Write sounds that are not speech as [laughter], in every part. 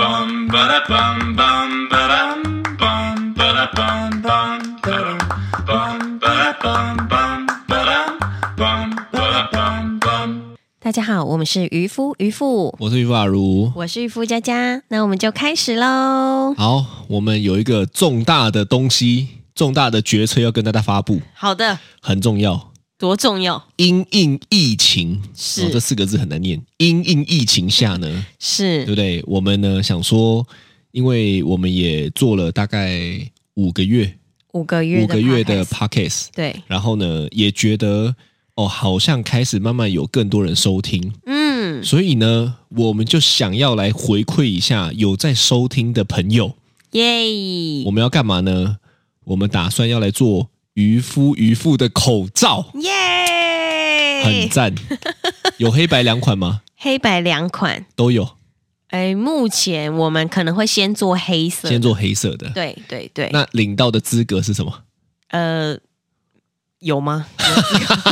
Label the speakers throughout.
Speaker 1: bum ba da bum bum ba dum bum ba da bum bum ba dum bum ba da bum bum ba dum bum ba da bum bum.
Speaker 2: 大家好，我们是渔夫渔妇，
Speaker 3: 我是于法如。
Speaker 2: 我是渔夫佳佳，那我们就开始喽。
Speaker 3: 好，我们有一个重大的东西，重大的决策要跟大家发布，
Speaker 2: 好的，
Speaker 3: 很重要。
Speaker 2: 多重要
Speaker 3: 因应疫情，
Speaker 2: 是
Speaker 3: 哦这四个字很难念。因应疫情下
Speaker 2: [laughs]
Speaker 3: 呢，对
Speaker 2: 是
Speaker 3: 不对？我们呢想说，因为我们也做了大概五个月，
Speaker 2: 五个月
Speaker 3: 五个月的
Speaker 2: podcast
Speaker 3: podcast，
Speaker 2: 对，
Speaker 3: 然后呢也觉得哦，好像开始慢慢有更多人收听，
Speaker 2: 嗯，
Speaker 3: 所以呢，我们就想要来回馈一下有在收听的朋友。
Speaker 2: 耶
Speaker 3: 我们要干嘛呢？我们打算要来做渔夫渔妇的口罩，很
Speaker 2: 耶， [laughs]
Speaker 3: 赞。有黑白两款吗？
Speaker 2: 黑白两款。
Speaker 3: 都有，
Speaker 2: 哎，目前我们可能会先做黑色，
Speaker 3: 先做黑色的。
Speaker 2: 对对对，
Speaker 3: 那领到的资格是什么？
Speaker 2: 呃，有
Speaker 3: [laughs]
Speaker 2: 吗？ [laughs]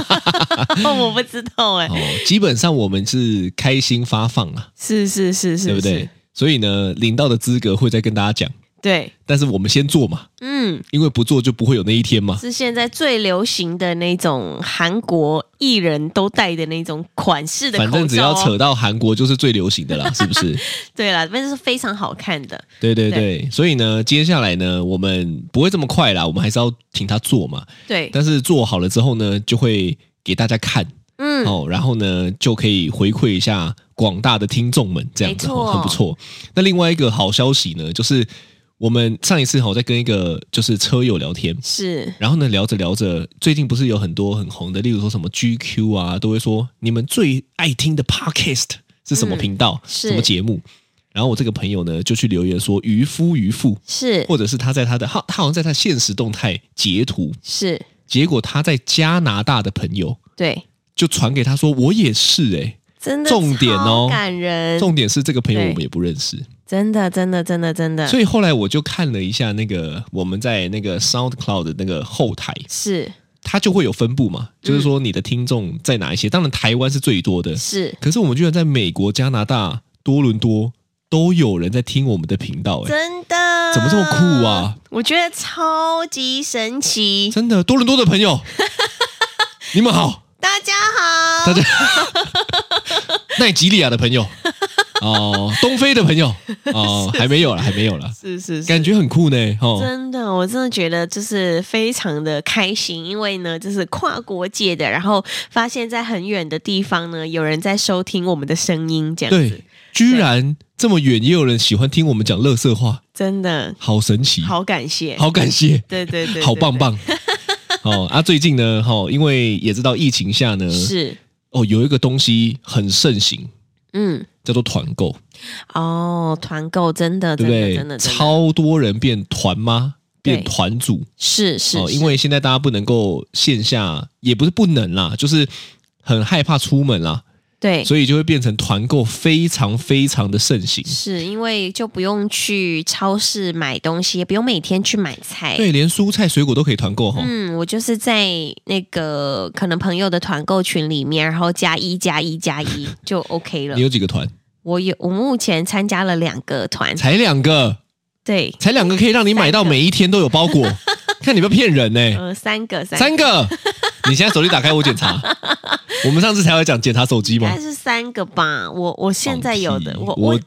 Speaker 2: 我不知道哎、
Speaker 3: 哦，基本上我们是开心发放啦，
Speaker 2: 是是是是，
Speaker 3: 对不对
Speaker 2: 是？？
Speaker 3: 所以呢，领到的资格会再跟大家讲，
Speaker 2: 对，
Speaker 3: 但是我们先做嘛，
Speaker 2: 嗯，
Speaker 3: 因为不做就不会有那一天嘛。
Speaker 2: 是现在最流行的那种韩国艺人都戴的那种款式的口罩、
Speaker 3: 反
Speaker 2: 哦，
Speaker 3: 正只要扯到韩国就是最流行
Speaker 2: [laughs]
Speaker 3: 的啦，是不是？
Speaker 2: 对啦，但是非常好看的，
Speaker 3: 对对对，所以呢，接下来呢，我们不会这么快啦，我们还是要请他做嘛。
Speaker 2: 对，
Speaker 3: 但是做好了之后呢，就会给大家看、
Speaker 2: 嗯，
Speaker 3: 哦，然后呢就可以回馈一下广大的听众们，这样子、
Speaker 2: 没错
Speaker 3: 哦、很不错。那另外一个好消息呢，就是我们上一次好、在跟一个就是车友聊天，
Speaker 2: 是
Speaker 3: 然后呢聊着聊着，最近不是有很多很红的，例如说什么 GQ 啊，都会说你们最爱听的 Podcast 是什么
Speaker 2: 嗯
Speaker 3: 频道、
Speaker 2: 是
Speaker 3: 什么节目。然后我这个朋友呢，就去留言说渔夫渔妇，
Speaker 2: 是
Speaker 3: 或者是他在他的他他好像在他现实动态截图，
Speaker 2: 是，
Speaker 3: 结果他在加拿大的朋友
Speaker 2: 对，
Speaker 3: 就传给他说：“我也是哎、
Speaker 2: 真的
Speaker 3: 重点哦
Speaker 2: 超感人，
Speaker 3: 重点是这个朋友
Speaker 2: 嗯对嗯
Speaker 3: 我们也不认识，
Speaker 2: 真的真的真的真的，
Speaker 3: 所以后来我就看了一下那个我们在那个 SoundCloud 的那个后台，
Speaker 2: 是
Speaker 3: 它就会有分布嘛，就是说你的听众在哪一些。当然台湾是最多的，
Speaker 2: 是。
Speaker 3: 可是我们居然在美国、加拿大、多伦多都有人在听我们的频道、哎，
Speaker 2: 真的？
Speaker 3: 怎么这么酷啊？
Speaker 2: 我觉得超级神奇。
Speaker 3: 真的，多伦多的
Speaker 2: [laughs]
Speaker 3: 朋友，你们好。
Speaker 2: 大家好， [laughs]
Speaker 3: 大家奈及利亚的朋友哦，东非的朋友
Speaker 2: [laughs]
Speaker 3: 哦，还没有了，还没有了，
Speaker 2: 是是是。
Speaker 3: 感觉很酷呢，哦，
Speaker 2: 真的，我真的觉得就是非常的开心，因为呢，就是跨国界的，然后发现在很远的地方呢，有人在收听我们的声音，这样子
Speaker 3: 对，，居然这么远也有人喜欢听我们讲乐色话，
Speaker 2: 真的
Speaker 3: 好神奇，
Speaker 2: 好感谢，
Speaker 3: 嗯好感谢，
Speaker 2: 对，对对对，
Speaker 3: 好棒棒。 [laughs] 哦啊，最近呢，哈、因为也知道疫情下呢
Speaker 2: 对，，是，
Speaker 3: 哦，有一个东西很盛行，
Speaker 2: 嗯，
Speaker 3: 叫做团购，
Speaker 2: 哦，团购真的，真
Speaker 3: 对不
Speaker 2: 的，
Speaker 3: 对？
Speaker 2: 真的，真的
Speaker 3: 超多人变团妈，
Speaker 2: 对
Speaker 3: 变团主，
Speaker 2: 是是，
Speaker 3: 哦，
Speaker 2: 是
Speaker 3: 因为现在大家不能够线下，也不是不能啦，就是很害怕出门啦，
Speaker 2: 对，
Speaker 3: 所以就会变成团购非常非常的盛行。
Speaker 2: 是因为就不用去超市买东西，也不用每天去买菜，
Speaker 3: 对，连蔬菜水果都可以团购哈。
Speaker 2: 嗯，我就是在那个可能朋友的团购群里面，然后加一加一加一就 OK 了
Speaker 3: 你。有几个团？
Speaker 2: 我有，我目前参加了两个团，
Speaker 3: 才两个，
Speaker 2: 对，
Speaker 3: 才两个可以让你买到每一天都有包裹， [laughs] 看你不要骗人呢、
Speaker 2: 呃，三个，三个，
Speaker 3: 哎三个，你现在手机打开，我
Speaker 2: [laughs]
Speaker 3: 检查。我们上次才有讲检查手机
Speaker 2: 应
Speaker 3: 嘛
Speaker 2: 该。是三个吧。我我现在有的，
Speaker 3: 放屁
Speaker 2: 我
Speaker 3: 我
Speaker 2: 我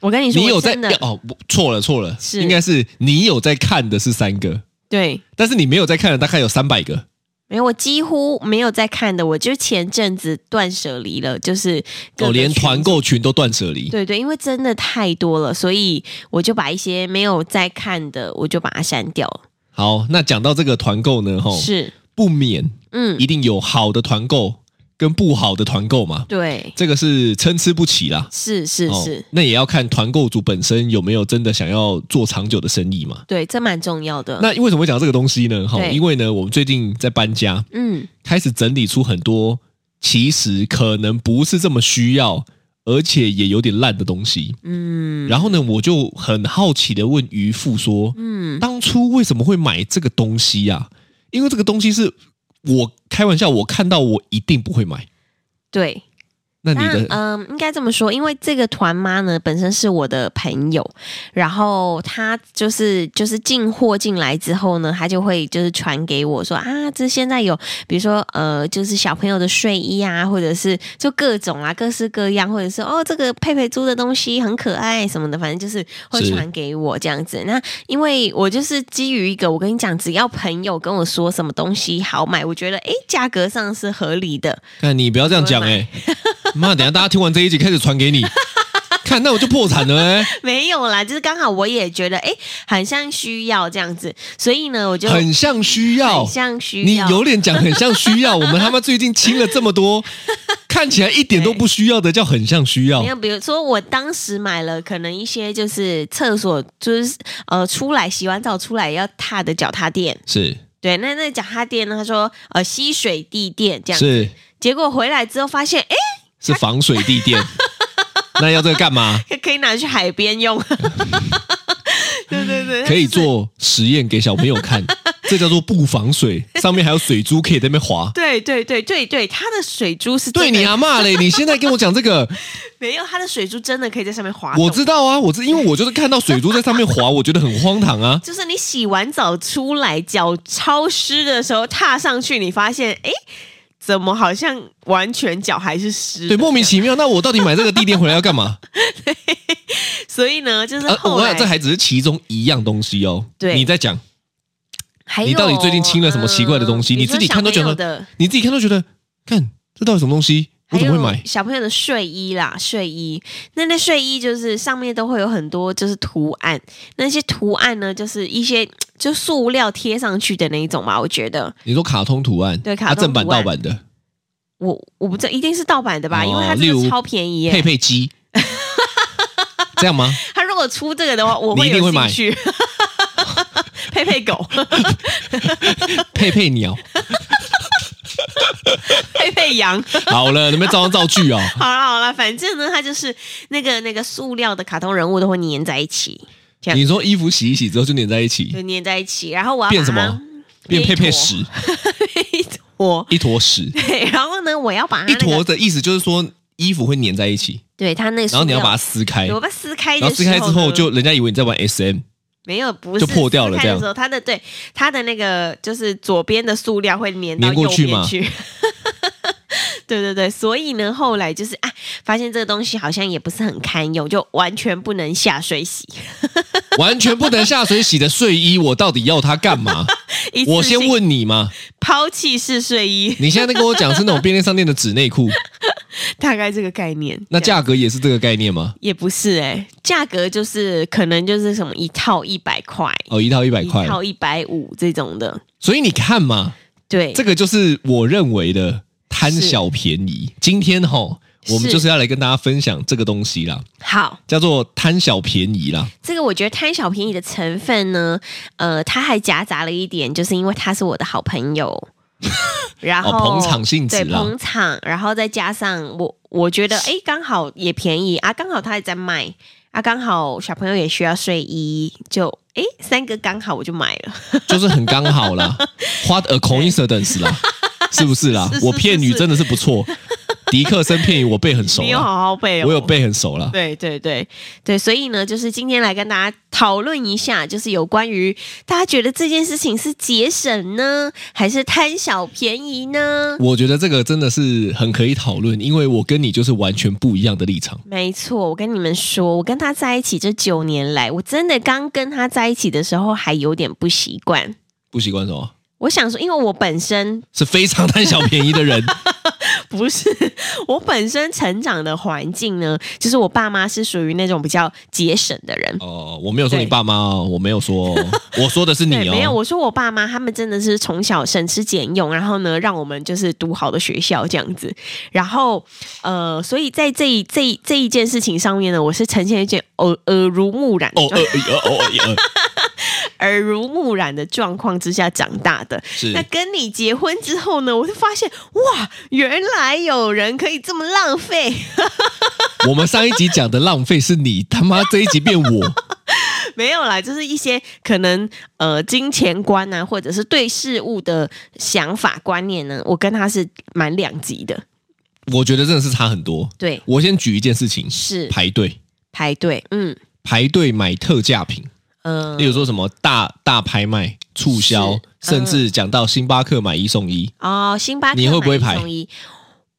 Speaker 2: 我跟你说，
Speaker 3: 你有
Speaker 2: 我
Speaker 3: 在
Speaker 2: 真的
Speaker 3: 哦？不错了错了，
Speaker 2: 是
Speaker 3: 应该是你有在看的是三个，
Speaker 2: 对。
Speaker 3: 但是你没有在看的大概有三百个。哦
Speaker 2: 没有，我几乎没有在看的。我就前阵子断舍离了，就是各
Speaker 3: 哦，
Speaker 2: 个
Speaker 3: 连
Speaker 2: 群
Speaker 3: 团购群都断舍离。
Speaker 2: 对对，因为真的太多了，所以我就把一些没有在看的，我就把它删掉了。
Speaker 3: 好，那讲到这个团购呢，吼，
Speaker 2: 是，
Speaker 3: 不免
Speaker 2: 嗯，
Speaker 3: 一定有好的团购跟不好的团购嘛，
Speaker 2: 对，
Speaker 3: 这个是参差不齐啦。
Speaker 2: 是是是，
Speaker 3: 哦，那也要看团购组本身有没有真的想要做长久的生意嘛。
Speaker 2: 对，这蛮重要的。
Speaker 3: 那为什么会讲到这个东西呢？哈，
Speaker 2: 嗯对
Speaker 3: 因为呢，我们最近在搬家，
Speaker 2: 嗯，
Speaker 3: 开始整理出很多其实可能不是这么需要，而且也有点烂的东西。
Speaker 2: 嗯
Speaker 3: 然后呢，我就很好奇的问渔夫说：“
Speaker 2: 嗯，
Speaker 3: 当初为什么会买这个东西呀、因为这个东西是我开玩笑，我看到我一定不会买。
Speaker 2: 对，
Speaker 3: 那你
Speaker 2: 那
Speaker 3: 的、
Speaker 2: 嗯，应该这么说，因为这个团妈呢本身是我的朋友，然后她就是就是进货进来之后呢，她就会就是传给我说啊，这现在有比如说呃，就是小朋友的睡衣啊，或者是就各种啊，各式各样，或者是哦这个佩佩猪的东西很可爱什么的，反正就是会
Speaker 3: 是
Speaker 2: 传给我这样子。那因为我就是基于一个，我跟你讲，只要朋友跟我说什么东西好买，我觉得诶价格上是合理的，
Speaker 3: 看你不要这样讲
Speaker 2: 我
Speaker 3: 哎、妈，等一下大家听完这一集开始传
Speaker 2: [laughs]
Speaker 3: 给你，看那我就破产了哎、
Speaker 2: 没有啦，就是刚好我也觉得，哎、很像需要这样子，所以呢，我就
Speaker 3: 很像需要，
Speaker 2: 很像需
Speaker 3: 你
Speaker 2: 要。
Speaker 3: 有脸讲很像需
Speaker 2: [laughs]
Speaker 3: 要，我们他妈最近清了这么多，看起来一点都不需要的叫很像需要
Speaker 2: 没，有，比如说我当时买了可能一些就是厕所，就是呃出来洗完澡出来要踏的脚踏垫，
Speaker 3: 是
Speaker 2: 对，那那脚踏垫呢，他说呃吸水地垫这样，
Speaker 3: 是
Speaker 2: 结果回来之后发现，哎、
Speaker 3: 是防水地
Speaker 2: [laughs]
Speaker 3: 垫，那要这个干嘛？
Speaker 2: 可以拿去海边
Speaker 3: [laughs]
Speaker 2: 用。对对对，
Speaker 3: 可以做实验给小朋友看，这叫做不
Speaker 2: [laughs]
Speaker 3: 防水，上面还有水珠可以在那边滑。
Speaker 2: 对对对对对，它的水珠是
Speaker 3: 对
Speaker 2: 真的
Speaker 3: 你阿妈嘞，你现在跟我讲
Speaker 2: [laughs]
Speaker 3: 这个，
Speaker 2: 没有它的水珠真的可以在上面滑动。
Speaker 3: 我知道啊，我知，因为我就是看到水珠在上面滑，我觉得很荒唐啊。
Speaker 2: 就是你洗完澡出来，脚超湿的时候踏上去，你发现哎，诶怎么好像完全脚还是湿
Speaker 3: 对，
Speaker 2: 的？
Speaker 3: 莫名其妙。那我到底买这个地垫回来要
Speaker 2: [laughs]
Speaker 3: 干嘛？
Speaker 2: 所以呢，就是
Speaker 3: 呃，
Speaker 2: 后
Speaker 3: 我
Speaker 2: 来、
Speaker 3: 想这还只是其中一样东西哦。
Speaker 2: 对
Speaker 3: 你在讲，
Speaker 2: 还有啊
Speaker 3: 你到底最近清了什么奇怪的东西
Speaker 2: 嗯
Speaker 3: 你自己看都觉得
Speaker 2: 比如说小朋友的，
Speaker 3: 你自己看都觉得，看这到底什么东西，我怎么会
Speaker 2: 还
Speaker 3: 买
Speaker 2: 有？小朋友的睡衣啦？睡衣，那那睡衣就是上面都会有很多就是图案，那些图案呢，就是一些就塑料贴上去的那一种吧，我觉得。
Speaker 3: 你说卡通图案，
Speaker 2: 对卡
Speaker 3: 它
Speaker 2: 通
Speaker 3: 正版
Speaker 2: 图案
Speaker 3: 盗版的
Speaker 2: 我我不知道，一定是盗版的吧？
Speaker 3: 哦
Speaker 2: 因为它
Speaker 3: 例
Speaker 2: 这
Speaker 3: 如
Speaker 2: 个超便宜耶、
Speaker 3: 佩佩鸡， [laughs] 这样吗？ [laughs]
Speaker 2: [laughs] 他如果出这个的话，我会
Speaker 3: 你一定
Speaker 2: 有
Speaker 3: 会买
Speaker 2: 兴趣。 [laughs] 佩佩
Speaker 3: [laughs]
Speaker 2: 狗、
Speaker 3: 佩佩鸟，
Speaker 2: 佩佩羊，
Speaker 3: 好了，能不能照样造句哦？
Speaker 2: 好了好了，反正呢，它就是那个那个塑料的卡通人物都会粘在一起，这样
Speaker 3: 你说衣服洗一洗之后就粘在一起，
Speaker 2: 就粘在一起。然后我要
Speaker 3: 变
Speaker 2: 把
Speaker 3: 什
Speaker 2: 它
Speaker 3: 么？变佩佩
Speaker 2: [laughs]
Speaker 3: 屎，
Speaker 2: 一坨，
Speaker 3: 一坨屎，
Speaker 2: 对，然后呢，我要 [laughs] 把它、那
Speaker 3: 一
Speaker 2: 个、
Speaker 3: 坨，的意思就是说衣服会粘在一起，
Speaker 2: 对它那个塑
Speaker 3: 然
Speaker 2: 料，
Speaker 3: 后你要把它撕开
Speaker 2: 对，我把它撕开的时候
Speaker 3: 然后
Speaker 2: 呢，
Speaker 3: 撕开之后就人家以为你在玩 SM，
Speaker 2: 没有不是
Speaker 3: 就破掉了
Speaker 2: 撕开
Speaker 3: 这样
Speaker 2: 的时候，它的对它的那个就是左边的塑料会粘到
Speaker 3: 粘过
Speaker 2: 右
Speaker 3: 去
Speaker 2: 边
Speaker 3: 嘛
Speaker 2: 去。 [laughs] 对对对，所以呢，后来就是啊，发现这个东西好像也不是很堪用，就完全不能下水洗。
Speaker 3: 完全不能下水洗的睡衣，我到底要它干嘛？
Speaker 2: [laughs] 一次
Speaker 3: 我先
Speaker 2: 性
Speaker 3: 问你嘛，
Speaker 2: 抛弃式睡衣， [laughs]
Speaker 3: 你现在在跟我讲是那种便利商店的纸内裤，
Speaker 2: 大概这个概念。
Speaker 3: 那
Speaker 2: 这样
Speaker 3: 价格也是这个概念吗？
Speaker 2: 也不是哎、价格就是可能就是什么一套一百块，
Speaker 3: 哦，一套一百
Speaker 2: 一
Speaker 3: 块，
Speaker 2: 套一百五这种的。
Speaker 3: 所以你看嘛，
Speaker 2: 对，
Speaker 3: 这个就是我认为的贪小便宜。今天哈，我们
Speaker 2: 是
Speaker 3: 就是要来跟大家分享这个东西啦，
Speaker 2: 好，
Speaker 3: 叫做贪小便宜啦。
Speaker 2: 这个我觉得贪小便宜的成分呢，呃，它还夹杂了一点，就是因为他是我的好朋
Speaker 3: [laughs]
Speaker 2: 友，然后、
Speaker 3: 哦捧场性质
Speaker 2: 对
Speaker 3: 啦
Speaker 2: 捧场，然后再加上我我觉得哎，刚好也便宜啊，刚好他也在卖啊，刚好小朋友也需要睡衣，就哎三个刚好我就买
Speaker 3: [laughs]
Speaker 2: 了，
Speaker 3: 就是很刚
Speaker 2: [laughs]
Speaker 3: 好啦，what a coincidence 啦，是不是啦？
Speaker 2: 是是
Speaker 3: 我片语
Speaker 2: 是是
Speaker 3: 真的是不错，迪克森片语我背很熟
Speaker 2: 你有
Speaker 3: 啦，
Speaker 2: 好好背哦，
Speaker 3: 啊我有。背很熟啦。
Speaker 2: 对对对对，所以呢，就是今天来跟大家讨论一下，就是有关于大家觉得这件事情是节省呢，还是贪小便宜呢？
Speaker 3: 我觉得这个真的是很可以讨论，因为我跟你就是完全不一样的立场。
Speaker 2: 没错，我跟你们说，我跟他在一起这九年来，我真的刚跟他在一起的时候还有点不习惯。
Speaker 3: 不习惯什么？
Speaker 2: 我想说，因为我本
Speaker 3: [laughs]
Speaker 2: 身
Speaker 3: 是非常贪小便宜
Speaker 2: [laughs]
Speaker 3: 的人，
Speaker 2: 不是 [laughs] 我本身成长的环境呢，就是我爸妈是属于那种比较节省的人。
Speaker 3: 哦，我没有说你
Speaker 2: 对
Speaker 3: 爸妈哦，我没
Speaker 2: [laughs]
Speaker 3: 有说哦，我说的是你
Speaker 2: 对，
Speaker 3: 哦。
Speaker 2: 没有，我说我爸妈他们真的是从小省吃俭用，然后呢，让我们就是读好的学校这样子。然后呃，所以在这一这一这一件事情上面呢，我是呈现一件耳耳濡目染的
Speaker 3: 哦，呃呃哦呃呃，
Speaker 2: 耳濡目染的状况之下长大的。
Speaker 3: 是
Speaker 2: [laughs] 那跟你结婚之后呢，我就发现哇，原来有人可以这么浪费， [laughs]
Speaker 3: 我们上一集讲的浪费是你他妈这一集变我，
Speaker 2: 没有啦，就是一些可能呃金钱观啊，或者是对事物的想法观念呢，我跟他是蛮两极的。
Speaker 3: 我觉得真的是差很多。
Speaker 2: 对，
Speaker 3: 我先举一件事情，
Speaker 2: 是
Speaker 3: 排队
Speaker 2: 排队，嗯
Speaker 3: 排队买特价品，
Speaker 2: 嗯、
Speaker 3: 例如说什么大大拍卖、促销，
Speaker 2: 是
Speaker 3: 甚至讲到星巴克买一送一，
Speaker 2: 哦，星巴克
Speaker 3: 你会不会
Speaker 2: 买一
Speaker 3: 排
Speaker 2: 送一？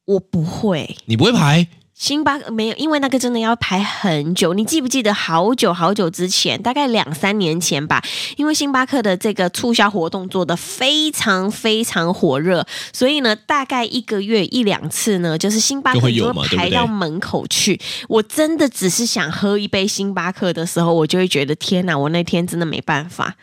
Speaker 2: 我不会，
Speaker 3: 你不会排？
Speaker 2: 星巴克没有，因为那个真的要排很久。你记不记得好久好久之前，大概两三年前吧？因为星巴克的这个促销活动做得非常非常火热，所以呢，大概一个月一两次呢，就是星巴克
Speaker 3: 就会有
Speaker 2: 就
Speaker 3: 嘛
Speaker 2: 会
Speaker 3: 对不
Speaker 2: 排
Speaker 3: 对
Speaker 2: 到门口去。我真的只是想喝一杯星巴克的时候，我就会觉得天哪，我那天真的没办法，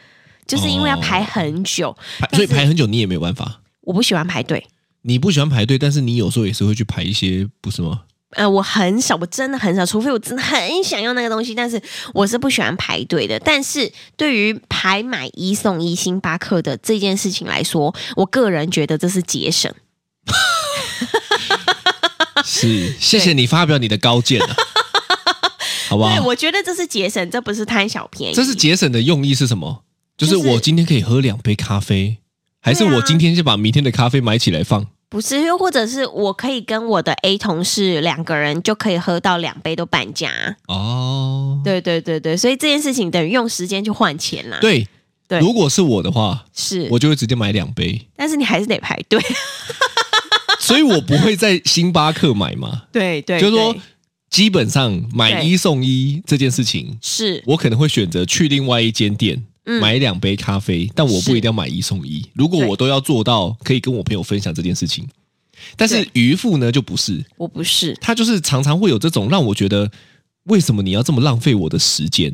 Speaker 2: 就是因为要
Speaker 3: 哦
Speaker 2: 排很久，
Speaker 3: 排
Speaker 2: 但是
Speaker 3: 所以排很久你也没有办法。
Speaker 2: 我不喜欢排队。
Speaker 3: 你不喜欢排队，但是你有时候也是会去排一些，不是
Speaker 2: [laughs]
Speaker 3: 吗？
Speaker 2: 呃，我很少，我真的很少，除非我真的很想要那个东西，但是我是不喜欢排队的。但是对于排买一送一星巴克的这件事情来说，我个人觉得这是节省。
Speaker 3: 是，谢谢你发表你的高见
Speaker 2: [laughs]
Speaker 3: 啊，好不
Speaker 2: 对，
Speaker 3: 好？
Speaker 2: 我觉得这是节省，这不是贪小便宜。
Speaker 3: 这是节省的用意是什么？就是
Speaker 2: 就是
Speaker 3: 我今天可以喝两杯咖啡，还是
Speaker 2: 对啊
Speaker 3: 我今天就把明天的咖啡买起来放？
Speaker 2: 不是？又或者是我可以跟我的 A 同事两个人就可以喝到两杯都半价。
Speaker 3: 哦，
Speaker 2: 对对对对，所以这件事情等于用时间去换钱啦。，
Speaker 3: 对
Speaker 2: 对
Speaker 3: 如果是我的话，
Speaker 2: 是
Speaker 3: 我，就会直接买两杯，
Speaker 2: 但是你还是得排队。 [laughs]
Speaker 3: 所以我不会在星巴克买嘛。
Speaker 2: 对对
Speaker 3: 就是说
Speaker 2: 对，
Speaker 3: 基本上买
Speaker 2: 对
Speaker 3: 一送一这件事情，
Speaker 2: 是
Speaker 3: 我可能会选择去另外一间店。
Speaker 2: 嗯
Speaker 3: 买两杯咖啡，但我
Speaker 2: 是
Speaker 3: 不一定要买一送一。如果
Speaker 2: 对
Speaker 3: 我都要做到可以跟我朋友分享这件事情，但是
Speaker 2: 对
Speaker 3: 渔夫呢就不是，
Speaker 2: 我不是
Speaker 3: 他就是常常会有这种让我觉得，为什么你要这么浪费我的时间？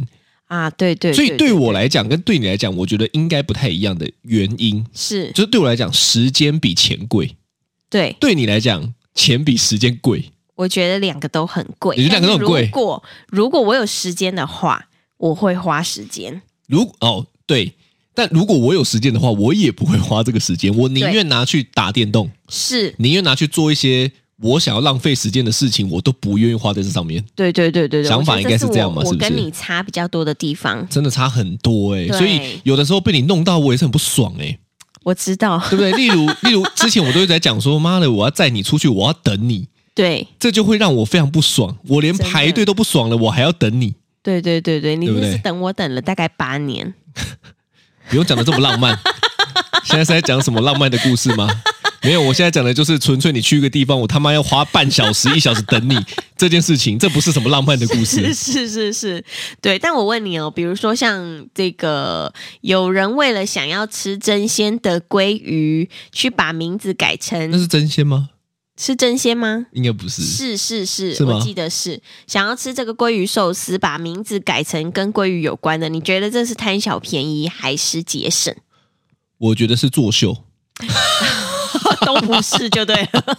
Speaker 2: 啊，对对，
Speaker 3: 所以对我来讲，跟对你来讲，我觉得应该不太一样的原因，
Speaker 2: 是
Speaker 3: 就是对我来讲，时间比钱贵；
Speaker 2: 对，
Speaker 3: 对你来讲，钱比时间贵。
Speaker 2: 我觉得两个都很贵。
Speaker 3: 你觉得两个都很贵
Speaker 2: 但是如果如果我有时间的话，我会花时间。
Speaker 3: 如哦对，但如果我有时间的话，我也不会花这个时间，我宁
Speaker 2: 对
Speaker 3: 愿拿去打电动。
Speaker 2: 是，
Speaker 3: 宁愿拿去做一些我想要浪费时间的事情，我都不愿意花在这上面，
Speaker 2: 对对对对对，
Speaker 3: 想法
Speaker 2: 我觉得
Speaker 3: 应该
Speaker 2: 是
Speaker 3: 是这样
Speaker 2: 我
Speaker 3: 嘛是不
Speaker 2: 我
Speaker 3: 是
Speaker 2: 跟你差比较多的地方，
Speaker 3: [laughs] 真的差很多哎、
Speaker 2: 对
Speaker 3: 所以有的时候被你弄到，我也是很不爽 [laughs] 哎、
Speaker 2: 我知道。 [laughs]
Speaker 3: 对不对？例如，例如之前我都一直在讲说，妈的，我要载你出去，我要等你，
Speaker 2: 对
Speaker 3: 这就会让我非常不爽。我连
Speaker 2: 真的
Speaker 3: 排队都不爽了，我还要等你，
Speaker 2: 对对对对，你
Speaker 3: 对不
Speaker 2: 就
Speaker 3: 对
Speaker 2: 是等我等了大概八年。
Speaker 3: 不用讲的这么浪
Speaker 2: [laughs]
Speaker 3: 漫。现在是在讲什么浪漫的故事吗？没有，我现在讲的就是纯粹你去一个地方，我他妈要花半小时、一小时等你这件事情，这不是什么浪漫的故
Speaker 2: 是 [laughs]
Speaker 3: 事。
Speaker 2: 是是是，对。但我问你哦，比如说像这个，有人为了想要吃真鲜的鲑鱼，去把名字改
Speaker 3: 那
Speaker 2: 成
Speaker 3: 是真鲜吗？
Speaker 2: 是真鲜吗？
Speaker 3: 应该不是。
Speaker 2: 是是是，
Speaker 3: 是吗
Speaker 2: 我记得是想要吃这个鲑鱼寿司，把名字改成跟鲑鱼有关的。你觉得这是贪小便宜还是节
Speaker 3: [laughs]
Speaker 2: 省？
Speaker 3: 我觉得是作秀。
Speaker 2: 都不是，就对了。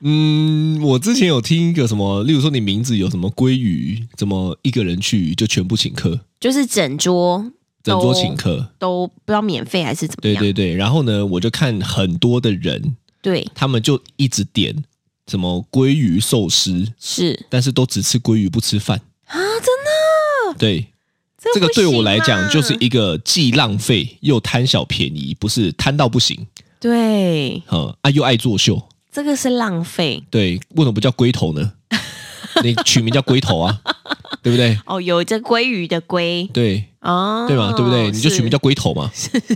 Speaker 3: 嗯，我之前有听一个什么，例如说你名字有什么鲑鱼，怎么一个人去就全部请客，
Speaker 2: 就是整桌
Speaker 3: 整桌请客。
Speaker 2: 都不知道免费还是怎么
Speaker 3: 对
Speaker 2: 哦样。
Speaker 3: 对对，然后呢，我就看很多的人，
Speaker 2: 对，
Speaker 3: 他们就一直点什么鲑鱼寿司，
Speaker 2: 是
Speaker 3: 但是都只吃鲑鱼不吃饭。
Speaker 2: 啊，真的
Speaker 3: 对，
Speaker 2: 这
Speaker 3: 这个
Speaker 2: 不
Speaker 3: 对我
Speaker 2: 行啊
Speaker 3: 来讲
Speaker 2: 啦
Speaker 3: 就是一个既浪费又贪小便宜，不是贪到不行，
Speaker 2: 对，
Speaker 3: 嗯啊又爱作秀。
Speaker 2: 这个是浪费
Speaker 3: 对，为什么不叫龟头
Speaker 2: [laughs]
Speaker 3: 呢？你取名叫龟头啊，对不对？
Speaker 2: 哦。有这鲑鱼的鲑
Speaker 3: 对，
Speaker 2: 哦，
Speaker 3: 对嘛，对不对？你就取名
Speaker 2: 叫
Speaker 3: 叫龟头嘛，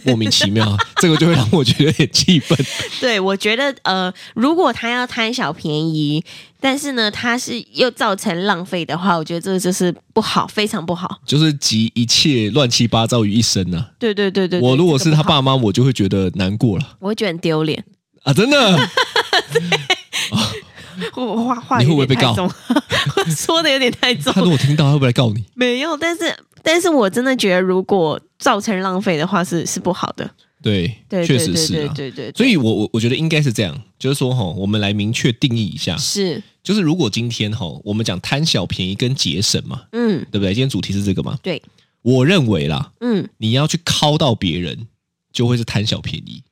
Speaker 3: 莫名其妙，啊这个就会让我觉得有点气愤。
Speaker 2: 对，我觉得呃，如果他要贪小便宜，但是呢，他是又造成浪费的话，我觉得这个就是不好，非常不好。
Speaker 3: 就是集一切乱七八糟于一身呐、
Speaker 2: 对对对对，对
Speaker 3: 我如果
Speaker 2: 这个
Speaker 3: 是
Speaker 2: 不
Speaker 3: 他
Speaker 2: 好
Speaker 3: 爸妈，我就会觉得难过了
Speaker 2: 我会觉得很丢脸，
Speaker 3: 啊！真的，
Speaker 2: [laughs] 我我话话
Speaker 3: 你会不
Speaker 2: 有
Speaker 3: 会
Speaker 2: 点
Speaker 3: 被告
Speaker 2: 太重我 [laughs] 说的有点太重
Speaker 3: 他，如果听到，他会不会来告你？
Speaker 2: 没有，但是但是我真的觉得，如果造成浪费的话是，是不好的。
Speaker 3: 对，
Speaker 2: 对，
Speaker 3: 确
Speaker 2: 对
Speaker 3: 实
Speaker 2: 对
Speaker 3: 是
Speaker 2: 对
Speaker 3: 啊。
Speaker 2: 对对，对
Speaker 3: 所以我，我我觉得应该是这样，就是说哈，我们来明确定义一下，
Speaker 2: 是
Speaker 3: 就是如果今天哈，我们讲贪小便宜跟节省嘛，
Speaker 2: 嗯
Speaker 3: 对不对？今天主题是这个嘛？
Speaker 2: 对，
Speaker 3: 我认为啦，
Speaker 2: 嗯
Speaker 3: 你要去敲到别人，就会是贪小便宜。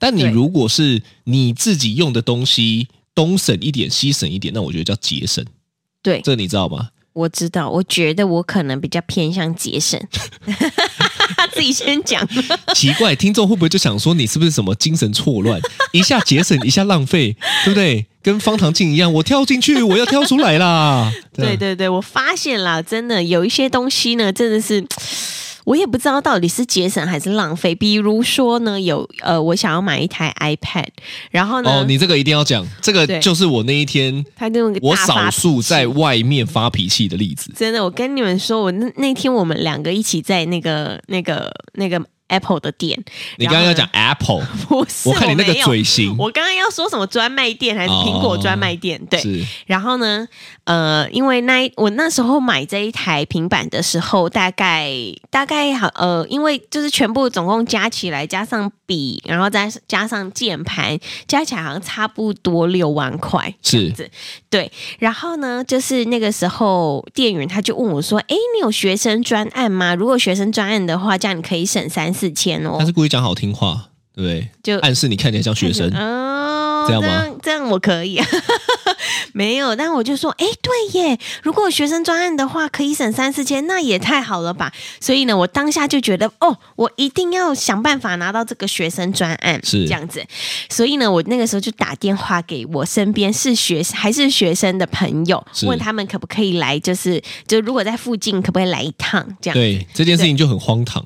Speaker 3: 但你
Speaker 2: 对
Speaker 3: 如果是你自己用的东西，东省一点，西省一点，那我觉得叫节省。
Speaker 2: 对，
Speaker 3: 这你知道吗？
Speaker 2: 我知道，我觉得我可能比较偏向节省，他 [laughs] 自己先讲。
Speaker 3: 奇怪，听众会不会就想说你是不是什么精神
Speaker 2: [laughs]
Speaker 3: 错乱？一下节省，一下浪费，对不对？跟方唐镜一样，我跳进去，我要跳出
Speaker 2: [laughs]
Speaker 3: 来啦。啊
Speaker 2: 对对对，我发现啦，真的有一些东西呢，真的是。我也不知道到底是节省还是浪费。比如说呢，有呃，我想要买一台 iPad，然后呢，
Speaker 3: 哦，你这个一定要讲，这
Speaker 2: 嗯
Speaker 3: 个
Speaker 2: 对
Speaker 3: 就是我那一天
Speaker 2: 他就用一个
Speaker 3: 我
Speaker 2: 大发
Speaker 3: 少数
Speaker 2: 脾气
Speaker 3: 在外面发脾气的例子。
Speaker 2: 真的，我跟你们说，我那那天我们两个一起在那个那个那个 Apple 的店，
Speaker 3: 你刚刚要
Speaker 2: 然后
Speaker 3: 讲
Speaker 2: 呢
Speaker 3: Apple，
Speaker 2: [laughs] 不是，我
Speaker 3: 我看你那个
Speaker 2: 没有
Speaker 3: 嘴哦型
Speaker 2: 我刚刚要说什么专卖店还是苹果专卖店？对，
Speaker 3: 是
Speaker 2: 然后呢，呃，因为那一我那时候买这一台平板的时候，大概大概好呃，因为就是全部总共加起来，加上笔，然后再加上键盘，加起来好像差不多六万块。
Speaker 3: 是
Speaker 2: 子对，然后呢，就是那个时候店员他就问我说：“诶，你有学生专案吗？如果学生专案的话，这样你可以省三四千哦
Speaker 3: 他。是啊故意讲好听话，对不对？”
Speaker 2: 就
Speaker 3: 暗示你看起来像学生，
Speaker 2: 哦，
Speaker 3: 这样吗
Speaker 2: 样这样我可以、啊， [laughs] 没有，但我就说，哎，对耶，如果学生专案的话，可以省三四千，那也太好了吧。所以呢，我当下就觉得，哦，我一定要想办法拿到这个学生专案，
Speaker 3: 是
Speaker 2: 这样子。所以呢，我那个时候就打电话给我身边是学还是学生的朋友，
Speaker 3: 是
Speaker 2: 问他们可不可以来，就是就如果在附近，可不可以来一趟这样。
Speaker 3: 对这件事情就很荒唐，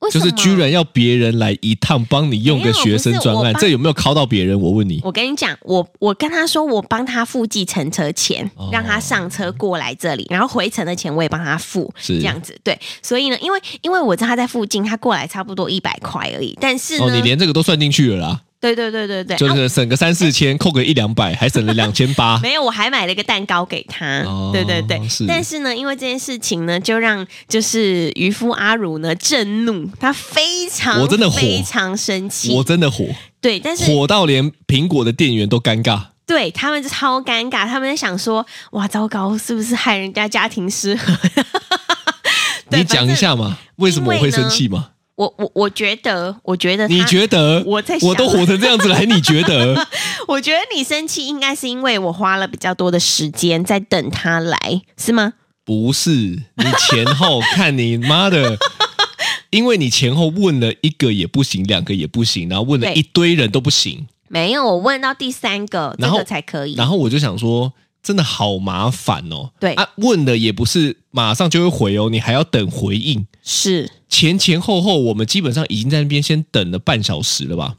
Speaker 2: 为什
Speaker 3: 就
Speaker 2: 么，
Speaker 3: 是居然要别人来一趟帮你用
Speaker 2: 没
Speaker 3: 个
Speaker 2: 有
Speaker 3: 学生
Speaker 2: 不是
Speaker 3: 专
Speaker 2: 我
Speaker 3: 案，
Speaker 2: 帮
Speaker 3: 这有没有考到别人？我问你，
Speaker 2: 我跟你讲，我我跟他说，我帮他付计程车钱，
Speaker 3: 哦
Speaker 2: 让他上车过来这里，然后回程的钱我也帮他付，
Speaker 3: 是
Speaker 2: 这样子。对，所以呢，因为因为我知道他在附近，他过来差不多一百块而已。但是呢，
Speaker 3: 哦，你连这个都算进去了啦，
Speaker 2: 对对对对对，
Speaker 3: 就
Speaker 2: 啊
Speaker 3: 是省个三四千，扣个一两百，还省了两千八。
Speaker 2: 没有，我还买了一个蛋糕给他。
Speaker 3: 哦
Speaker 2: 对对对，
Speaker 3: 是
Speaker 2: 但是呢，因为这件事情呢，就让就是渔夫阿如呢震怒，他非常
Speaker 3: 我真的火
Speaker 2: 非常生气
Speaker 3: 我。真的火，
Speaker 2: 对，但是
Speaker 3: 火到连苹果的店员都尴尬。
Speaker 2: 对他们就超尴尬，他们在想说，哇，糟糕，是不是害人家家庭失和？ [laughs] 对
Speaker 3: 你讲一下嘛，为什么我会生气嘛？
Speaker 2: 我我我觉得，我觉得他
Speaker 3: 你觉得
Speaker 2: [laughs] 我在想
Speaker 3: 我都火成这样子了，还你
Speaker 2: [laughs]
Speaker 3: 觉得？
Speaker 2: 我觉得你生气应该是因为我花了比较多的时间在等他来，是吗？
Speaker 3: 不是，你前后看你
Speaker 2: [laughs]
Speaker 3: 妈的，因为你前后问了一个也不行，两个也不行，然后问了
Speaker 2: 对
Speaker 3: 一堆人都不行，
Speaker 2: 没有，我问到第三个，这
Speaker 3: 然后
Speaker 2: 个才可以。
Speaker 3: 然后我就想说，真的好麻烦哦。
Speaker 2: 对
Speaker 3: 啊，问了也不是马上就会回哦，你还要等回应。
Speaker 2: 是，
Speaker 3: 前前后后，我们基本上已经在那边先等了半小时了吧？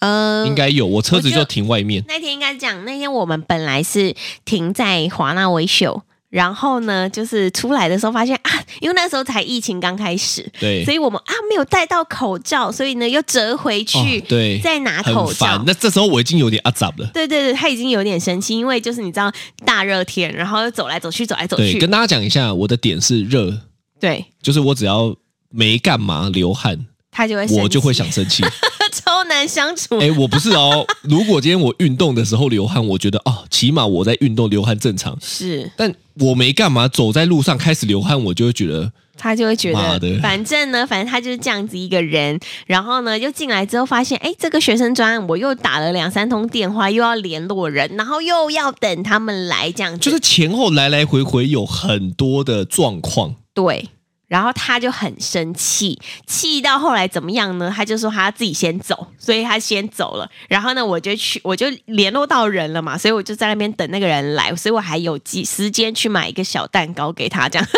Speaker 2: 呃，
Speaker 3: 应该有，我车子
Speaker 2: 我觉
Speaker 3: 就
Speaker 2: 得
Speaker 3: 停外面。
Speaker 2: 那天应该讲，那天我们本来是停在华纳维秀。然后呢，就是出来的时候发现啊，因为那时候才疫情刚开始，
Speaker 3: 对
Speaker 2: 所以我们啊没有戴到口罩，所以呢又折回去，
Speaker 3: 哦对
Speaker 2: 再拿
Speaker 3: 很
Speaker 2: 口
Speaker 3: 烦
Speaker 2: 罩。。
Speaker 3: 那这时候我已经有点阿杂了。
Speaker 2: 对对对，他已经有点生气，因为就是你知道大热天，然后又走来走去，走 [laughs] 来走
Speaker 3: 对，
Speaker 2: 去，
Speaker 3: 跟大家讲一下，我的点是热，
Speaker 2: 对
Speaker 3: 就是我只要没干嘛流汗，
Speaker 2: 他就会哎生气
Speaker 3: 我就会想生气。
Speaker 2: [laughs]
Speaker 3: [laughs]
Speaker 2: 超难相处。
Speaker 3: 哎，我不是哦，如果今天我运动的时候流汗，我觉得哦，起码我在运动流汗正常。
Speaker 2: 是，
Speaker 3: 但我没干嘛，走在路上开始流汗，我就会觉得
Speaker 2: 他就会觉
Speaker 3: 妈
Speaker 2: 得
Speaker 3: 的，
Speaker 2: 反正呢，反正他就是这样子一个人。然后呢，又进来之后发现，哎，这个学生专案，我又打了两三通电话，又要联络人，然后又要等他们来，这样子
Speaker 3: 就是前后来来回回有很多的状况。
Speaker 2: 对。然后他就很生气，气到后来怎么样呢？他就说他要自己先走，所以他先走了。然后呢，我就去，我就联络到人了嘛，所以我就在那边等那个人来，所以我还有机时间去买一个小蛋糕给他，这样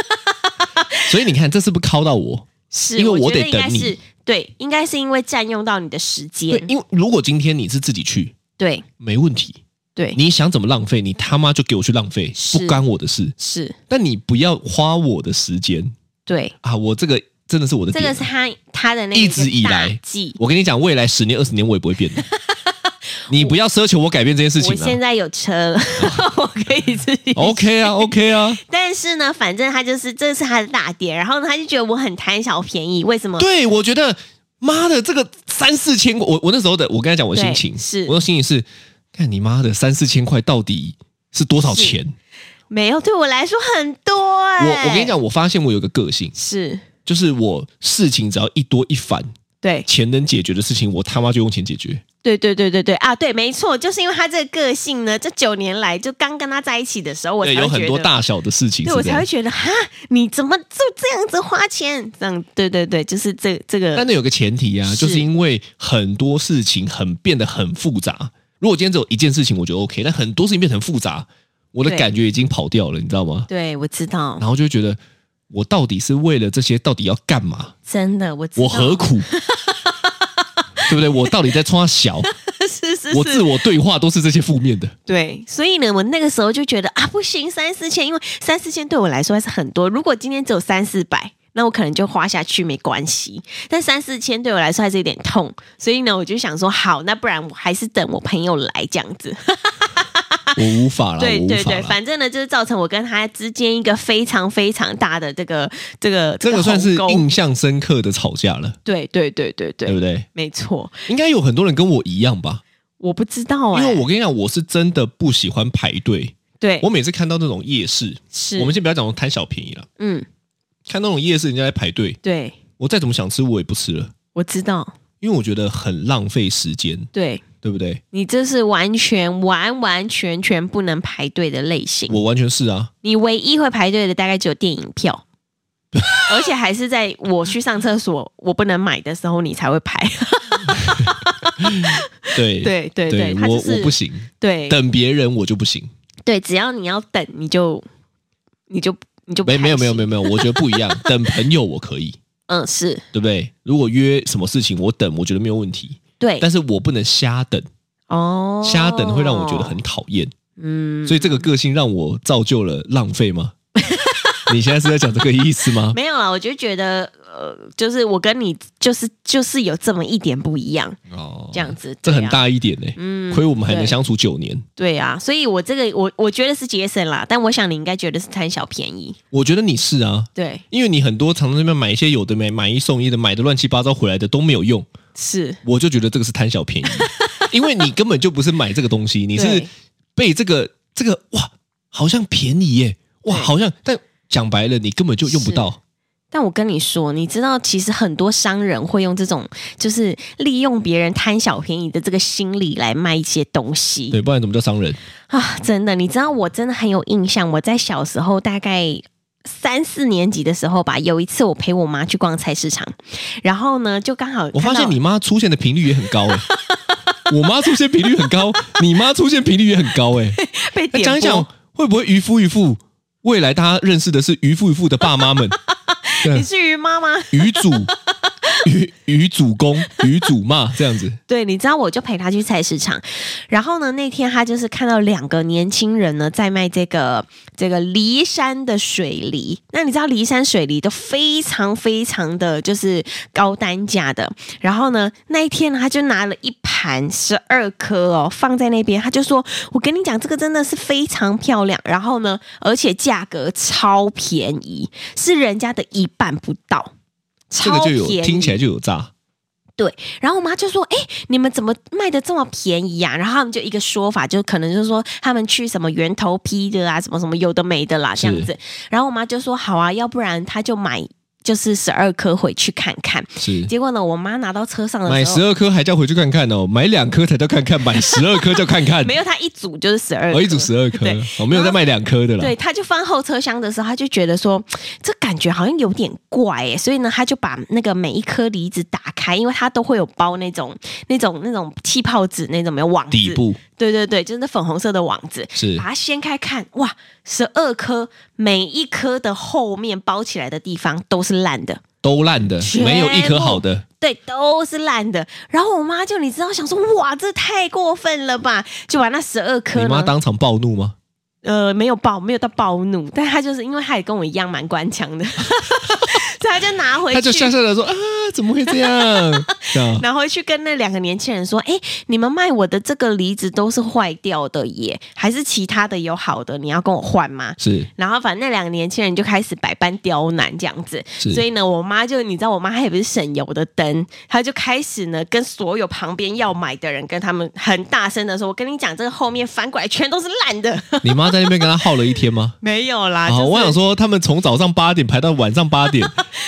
Speaker 3: 所以你看，这是不是敲到我？
Speaker 2: 是，
Speaker 3: 因为我
Speaker 2: 觉
Speaker 3: 得
Speaker 2: 应该
Speaker 3: 等你
Speaker 2: 是对，应该是因为占用到你的时
Speaker 3: 对，
Speaker 2: 间，
Speaker 3: 因为如果今天你是自己去，
Speaker 2: 对
Speaker 3: 没问题，
Speaker 2: 对，
Speaker 3: 你想怎么浪费，你他妈就给我去浪费，
Speaker 2: 是
Speaker 3: 不干我的事。
Speaker 2: 是，
Speaker 3: 但你不要花我的时间
Speaker 2: 对，
Speaker 3: 啊！我这个真的是我的
Speaker 2: 这个
Speaker 3: 点。
Speaker 2: 是他他的那
Speaker 3: 一
Speaker 2: 个
Speaker 3: 直以来
Speaker 2: 大忌。
Speaker 3: 我跟你讲，未来十年、二十年我也不会变
Speaker 2: [laughs]
Speaker 3: 的。你不要奢求我改变这件事
Speaker 2: 我
Speaker 3: 情
Speaker 2: 现
Speaker 3: 啊。
Speaker 2: 在有车了， [laughs] 我可以自己 [laughs]
Speaker 3: OK 啊，OK 啊，
Speaker 2: 但是呢，反正他就是这是他的大点，然后呢，他就觉得我很贪小便宜，为什么？
Speaker 3: 对我觉得妈的，这个三四千块，我我那时候的，我跟他讲我心情
Speaker 2: 对是
Speaker 3: 我的心情是，看你妈的三四千块到底是多少钱？
Speaker 2: 没有，对我来说很多哎、
Speaker 3: 我我跟你，讲，我发现我有个个性，
Speaker 2: 是
Speaker 3: 就是我事情只要一多一烦，
Speaker 2: 对
Speaker 3: 钱能解决的事情，我他妈就用钱解决。
Speaker 2: 对对对对对啊，对，没错，就是因为他这个个性呢，这九年来就刚跟他在一起的时候，我才
Speaker 3: 对，
Speaker 2: 会
Speaker 3: 有很
Speaker 2: 觉
Speaker 3: 多
Speaker 2: 得
Speaker 3: 大小的事情
Speaker 2: 对
Speaker 3: 是
Speaker 2: 我
Speaker 3: 这
Speaker 2: 才
Speaker 3: 样
Speaker 2: 会。觉得哈，你怎么就这样子花钱？这样，对对对，就是这这 [laughs] 个，
Speaker 3: 但那有个前提啊，就是是因为很多事情很变得很复杂。如果今天只有一件事情，我觉得 OK，但很多事情变得很复杂，我的
Speaker 2: 对
Speaker 3: 感觉已经跑掉了，你知道吗？
Speaker 2: 对我知道，
Speaker 3: 然后就会觉得我到底是为了这些到底要干嘛？
Speaker 2: 真的，我知道
Speaker 3: 我何苦？对不对？我到底在冲他小？
Speaker 2: [laughs] [laughs] 是是
Speaker 3: 我
Speaker 2: 是
Speaker 3: 自，我对话都是这些负面的。
Speaker 2: 对，所以呢，我那个时候就觉得啊，不行，三四千，因为三四千对我来说还是很多。如果今天只有三四百，那我可能就花下去没关系。但三四千对我来说还是有点痛，所以呢，我就想说，好，那不然我还是等我朋友来这样子。
Speaker 3: 我无法了，
Speaker 2: 对
Speaker 3: 啊我无
Speaker 2: 对
Speaker 3: 法
Speaker 2: 对，
Speaker 3: 了。
Speaker 2: 反正呢，就是造成我跟他之间一个非常非常大的这个这个
Speaker 3: 这个算是
Speaker 2: 鸿沟
Speaker 3: 印象深刻的吵架了，
Speaker 2: 对对对对对，
Speaker 3: 对不对？
Speaker 2: 没错，
Speaker 3: 应该有很多人跟我一样吧，
Speaker 2: 我不知道
Speaker 3: 因
Speaker 2: 哎、
Speaker 3: 为我跟你讲，我是真的不喜欢排队。
Speaker 2: 对
Speaker 3: 我每次看到那种夜市，
Speaker 2: 是
Speaker 3: 我们先不要讲贪小便宜了，
Speaker 2: 嗯
Speaker 3: 看那种夜市人家在排队，
Speaker 2: 对，
Speaker 3: 我再怎么想吃我也不吃了，
Speaker 2: 我知道，
Speaker 3: 因为我觉得很浪费时间，
Speaker 2: 对
Speaker 3: 对不对？
Speaker 2: 你这是完全完完全全不能排队的类型，
Speaker 3: 我完全是啊，
Speaker 2: 你唯一会排队的大概只有电影
Speaker 3: [laughs]
Speaker 2: 票。而且还是在我去上厕所，我不能买的时候，你才会排。
Speaker 3: 对
Speaker 2: 对对
Speaker 3: 对，
Speaker 2: 他
Speaker 3: 我
Speaker 2: 就是
Speaker 3: 我不行，
Speaker 2: 对
Speaker 3: 等别人我就不行。
Speaker 2: 对，只要你要等，你就你就你就
Speaker 3: 没没有没有没
Speaker 2: 有，
Speaker 3: 有没有，我觉得不一
Speaker 2: [laughs]
Speaker 3: 样。等朋友我可以，
Speaker 2: 嗯，是
Speaker 3: 对不对？如果约什么事情我等，我觉得没有问题，
Speaker 2: 对
Speaker 3: 但是我不能瞎等，
Speaker 2: 哦，
Speaker 3: 瞎等会让我觉得很讨厌。
Speaker 2: 嗯，
Speaker 3: 所以这个个性让我造就了浪
Speaker 2: [laughs]
Speaker 3: 费吗？你现在是在讲这个意思吗？
Speaker 2: 没有啊，我就觉得呃，就是我跟你就是就是有这么一点不一样，
Speaker 3: 哦
Speaker 2: 这样子，
Speaker 3: 这
Speaker 2: 对啊
Speaker 3: 很，大一点呢、
Speaker 2: 嗯
Speaker 3: 亏我们还能
Speaker 2: 对
Speaker 3: 相处九年。
Speaker 2: 对啊，所以我这个我我觉得是节省啦，但我想你应该觉得是贪小便宜，
Speaker 3: 我觉得你是啊，
Speaker 2: 对，
Speaker 3: 因为你很多常常在那边买一些有的没，买一送一的，买的乱七八糟回来的都没有用，
Speaker 2: 是
Speaker 3: 我就觉得这个是贪
Speaker 2: [laughs]
Speaker 3: 小便宜，因为你根本就不是买这个东西，你是
Speaker 2: 对
Speaker 3: 被这个这个哇，好像便宜耶，哇，
Speaker 2: 对
Speaker 3: 好像，但讲白了，你根本就用不
Speaker 2: 是
Speaker 3: 到。
Speaker 2: 但我跟你说，你知道，其实很多商人会用这种就是利用别人贪小便宜的这个心理来卖一些东西，
Speaker 3: 对，不然怎么叫商人？
Speaker 2: 啊，真的，你知道我真的很有印象，我在小时候大概。三四年级的时候吧，有一次我陪我妈去逛菜市场，然后呢，就刚好
Speaker 3: 我发
Speaker 2: 看到
Speaker 3: 现你妈出现的频率也
Speaker 2: [laughs]
Speaker 3: 很高哎、我妈出现频率很高，你妈出现频率也很高哎、
Speaker 2: 被
Speaker 3: 那
Speaker 2: 点
Speaker 3: 讲一讲
Speaker 2: 播，
Speaker 3: 会不会渔夫渔妇？未来大家认识的是渔夫渔妇的爸妈们，
Speaker 2: 你是于妈妈？
Speaker 3: 渔主、渔渔主公、渔主骂这样子。
Speaker 2: 对，你知道我就陪她去菜市场，然后呢，那天她就是看到两个年轻人呢在卖这个这个骊山的水梨，那你知道骊山水梨都非常非常的就是高单价的，然后呢，那一天呢，他就拿了一盘十二颗哦，放在那边，他就说：“我跟你讲，这个真的是非常漂亮，然后呢，而且价格超便宜，是人家的一半不到。”
Speaker 3: 这
Speaker 2: 超
Speaker 3: 个就
Speaker 2: 便宜。
Speaker 3: 有听起来就有诈，
Speaker 2: 然后我妈就说：“哎、你们怎么卖的这么便宜啊？”然后他们就一个说法，就可能就是说他们去什么源头批的啊，什么什么有的没的啦，这样子。然后我妈就说：“好啊，要不然她就买就是十二颗回去看看。”
Speaker 3: 是
Speaker 2: 结果呢，我妈拿到车上的时候，
Speaker 3: 嗯买十二颗还叫回去看看哦，买两颗才叫看看，买十二颗叫看看，
Speaker 2: 没有，他一组就是十二，
Speaker 3: 哦，一组十二颗
Speaker 2: 对，
Speaker 3: 哦，没有再卖两颗的啦。
Speaker 2: 对，他就放后车厢的时候，他就觉得说这感觉好像有点怪哎，所以呢，他就把那个每一颗梨子打开，因为它都会有包那种那种那种气泡纸那种没有网子，
Speaker 3: 底部
Speaker 2: 对对对，就是那粉红色的网子，
Speaker 3: 是
Speaker 2: 把它掀开看，哇，十二颗，每一颗的后面包起来的地方都是烂的。
Speaker 3: 都烂的，
Speaker 2: 全部
Speaker 3: 没有一颗好的。
Speaker 2: 对，都是烂的。然后我妈就你知道想说，哇，这太过分了吧？就把那十二颗
Speaker 3: 你
Speaker 2: 呢
Speaker 3: 妈当场暴怒吗？
Speaker 2: 呃，没有暴，没有到暴怒，但他就是因为他也跟我一样蛮官腔
Speaker 3: [laughs]
Speaker 2: 的，所以他就拿回
Speaker 3: 她就
Speaker 2: 去
Speaker 3: 吓，吓的说啊，怎么会这样？
Speaker 2: [laughs]
Speaker 3: 这样
Speaker 2: 拿回去跟那两个年轻人说：“哎、你们卖我的这个梨子都是坏掉的耶，还是其他的有好的，你要跟我换吗？”
Speaker 3: 是
Speaker 2: 然后反正那两个年轻人就开始百般刁难这样子，
Speaker 3: 是
Speaker 2: 所以呢，我妈就你知道，我妈她也不是省油的灯，她就开始呢跟所有旁边要买的人跟他们很大声的说：“我跟你讲，这个后面翻过来全都是烂
Speaker 3: [laughs]
Speaker 2: 的。”
Speaker 3: 你妈在那边跟她耗了一天
Speaker 2: [laughs]
Speaker 3: 吗？
Speaker 2: 没有啦，
Speaker 3: 啊，
Speaker 2: 就是 [laughs]
Speaker 3: 我想说，他们从早上八点排到晚上八点，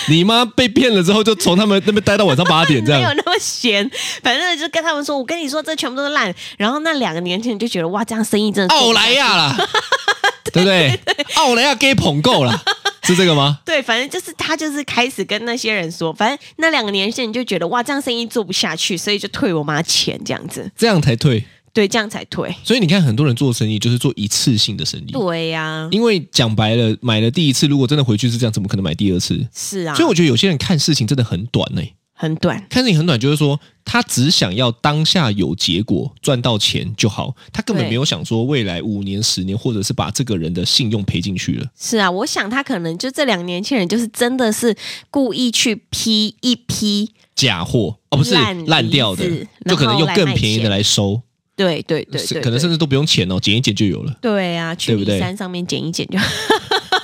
Speaker 3: 你妈被骗了之后，就从他他们那边待到晚上八点这
Speaker 2: 没有
Speaker 3: 样。
Speaker 2: 那么闲，反正就跟他们说，我跟你说，这全部都是烂。然后那两个年轻人就觉得，哇，这样生意真的
Speaker 3: [laughs] 奥莱亚啦，
Speaker 2: [laughs]
Speaker 3: 对不对？奥莱亚给捧够啦，是这个吗？
Speaker 2: 对，反正就是他就是开始跟那些人说，反正那两个年轻人就觉得，哇，这样生意做不下去，所以就退我妈钱这样子，
Speaker 3: 这样才退。
Speaker 2: 对，这样才退。
Speaker 3: 所以你看，很多人做生意就是做一次性的生意，
Speaker 2: 对呀、
Speaker 3: 因为讲白了，买了第一次，如果真的回去是这样，怎么可能买第二次？
Speaker 2: 是啊，
Speaker 3: 所以我觉得有些人看事情真的很短呢、
Speaker 2: 很短，
Speaker 3: 看事情很短，就是说他只想要当下有结果，赚到钱就好，他根本
Speaker 2: 对
Speaker 3: 没有想说未来五年、十年，或者是把这个人的信用赔进去了。
Speaker 2: 是啊，我想他可能就这两个年轻人，就是真的是故意去批一批，
Speaker 3: 假货哦，不是
Speaker 2: 烂梨
Speaker 3: 烂掉的
Speaker 2: 子，
Speaker 3: 就可能用更便宜的
Speaker 2: 然后来卖钱
Speaker 3: 来收，
Speaker 2: 对对对
Speaker 3: 是
Speaker 2: 对，
Speaker 3: 可能
Speaker 2: 对
Speaker 3: 甚至都不用钱哦，剪一剪就有了。
Speaker 2: 对啊，去
Speaker 3: 对不
Speaker 2: 骊
Speaker 3: 对
Speaker 2: 山上面剪一剪就， [laughs]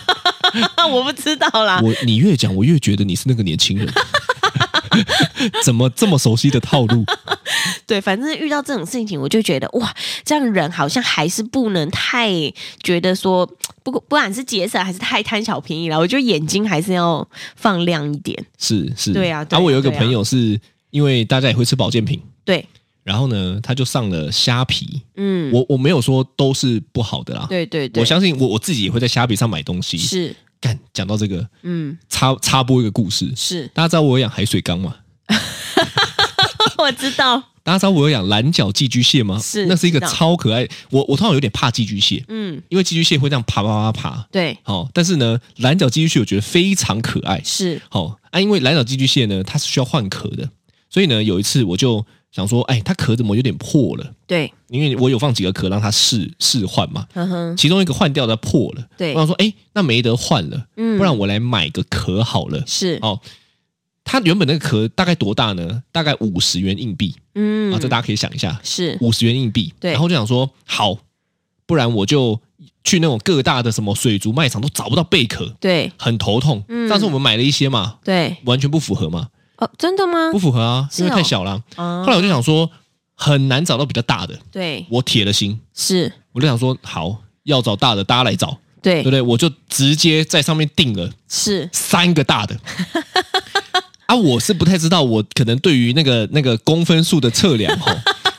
Speaker 2: 我不知道啦。
Speaker 3: 我你越讲，我越觉得你是那个年轻
Speaker 2: [laughs]
Speaker 3: 人，怎么这么熟悉的套路？
Speaker 2: 对，反正遇到这种事情，我就觉得哇，这样人好像还是不能太觉得说，不过不管是节省还是太贪小便宜了，我觉得眼睛还是要放亮一点。
Speaker 3: 是是，
Speaker 2: 对啊对啊
Speaker 3: 我有一个
Speaker 2: 对啊
Speaker 3: 朋友是因为大家也会吃保健品，
Speaker 2: 对，
Speaker 3: 然后呢，他就上了虾皮。
Speaker 2: 嗯，
Speaker 3: 我我没有说都是不好的啦，
Speaker 2: 对对对，
Speaker 3: 我相信我我自己也会在虾皮上买东西。
Speaker 2: 是，
Speaker 3: 干，讲到这个，
Speaker 2: 嗯，
Speaker 3: 插插播一个故事，
Speaker 2: 是， [laughs]
Speaker 3: 大家知道我有养海水缸吗？
Speaker 2: 我知道，
Speaker 3: 大家知道我有养蓝角寄居蟹吗？
Speaker 2: 是
Speaker 3: 那是一个
Speaker 2: 知道
Speaker 3: 超可爱。我我通常有点怕寄居蟹，
Speaker 2: 嗯，
Speaker 3: 因为寄居蟹会这样爬爬爬爬。
Speaker 2: 对，
Speaker 3: 好、但是呢，蓝角寄居蟹我觉得非常可爱。
Speaker 2: 是，
Speaker 3: 好、啊，因为蓝角寄居蟹呢，它是需要换壳的，所以呢，有一次我就想说，哎，它壳怎么有点破了？
Speaker 2: 对，
Speaker 3: 因为我有放几个壳让它试试换嘛，
Speaker 2: 哼哼，
Speaker 3: 其中一个换掉的破了，
Speaker 2: 对
Speaker 3: 我想说，哎，那没得换了，
Speaker 2: 嗯，
Speaker 3: 不然我来买个壳好了。
Speaker 2: 是，
Speaker 3: 哦，它原本那个壳大概多大呢？大概五十元硬币
Speaker 2: 嗯，
Speaker 3: 啊，这大家可以想一下，
Speaker 2: 是，
Speaker 3: 五十元硬币，
Speaker 2: 对
Speaker 3: 然后就想说好，不然我就去那种各大的什么水族卖场都找不到贝壳，
Speaker 2: 对，
Speaker 3: 很头痛。
Speaker 2: 嗯
Speaker 3: 上次我们买了一些嘛，
Speaker 2: 对，
Speaker 3: 完全不符合嘛，
Speaker 2: 哦，真的吗
Speaker 3: 不？符合啊，
Speaker 2: 是哦
Speaker 3: 因为太小了。
Speaker 2: 啊
Speaker 3: 后来我就想说，很难找到比较大的，
Speaker 2: 对，
Speaker 3: 我铁了心，
Speaker 2: 是，
Speaker 3: 我就想说好，要找大的，大家来找，
Speaker 2: 对
Speaker 3: 对不，对？我就直接在上面订了
Speaker 2: 是，
Speaker 3: 三个大的。啊，我是不太知道，我可能对于那个那个公分数的测量
Speaker 2: [laughs]
Speaker 3: 吼，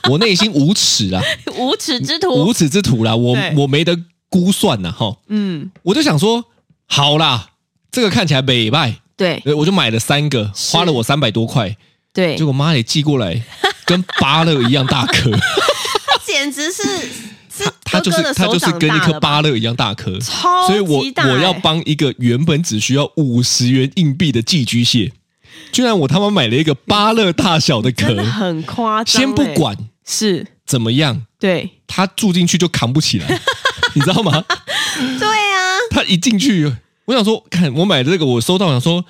Speaker 3: 我内心无耻啊，
Speaker 2: [laughs] 无耻之徒
Speaker 3: 无，耻之徒啦，我
Speaker 2: 对
Speaker 3: 我没得估算呐，哈，
Speaker 2: 嗯，
Speaker 3: 我就想说，好啦，这个看起来美败，
Speaker 2: 对，
Speaker 3: 呃我就买了三个，
Speaker 2: 是
Speaker 3: 花了我三百多块，
Speaker 2: 对
Speaker 3: 结，果妈也寄过来，跟芭乐一样大
Speaker 2: [laughs]
Speaker 3: 颗，
Speaker 2: 简直是是
Speaker 3: 它就
Speaker 2: 哥
Speaker 3: 是
Speaker 2: 哥的
Speaker 3: 它
Speaker 2: 手
Speaker 3: 就是
Speaker 2: 掌
Speaker 3: 跟一
Speaker 2: 大
Speaker 3: 颗
Speaker 2: 了吧，
Speaker 3: 芭乐一样大颗，
Speaker 2: 超
Speaker 3: 所以我
Speaker 2: 级大
Speaker 3: 我要
Speaker 2: 欸
Speaker 3: 帮一个原本只需要五十元硬币的寄居蟹，居然我他妈买了一个芭乐大小的壳
Speaker 2: 真的，很夸张欸、
Speaker 3: 先不管
Speaker 2: 是，
Speaker 3: 怎么样，
Speaker 2: 对
Speaker 3: 它住进去就扛不起来，你知道吗？
Speaker 2: 对啊，
Speaker 3: 他一进去，我想说，看我买的这个，我收到，我想说，